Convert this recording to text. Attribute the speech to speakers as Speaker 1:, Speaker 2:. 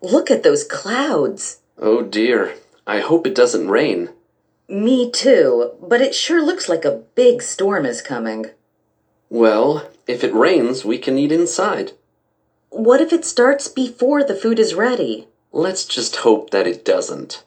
Speaker 1: Look at those clouds.
Speaker 2: Oh dear. I hope it doesn't rain.
Speaker 1: Me too, but it sure looks like a big storm is coming.
Speaker 2: Well, if it rains, we can eat inside.
Speaker 1: What if it starts before the food is ready?
Speaker 2: Let's just hope that it doesn't.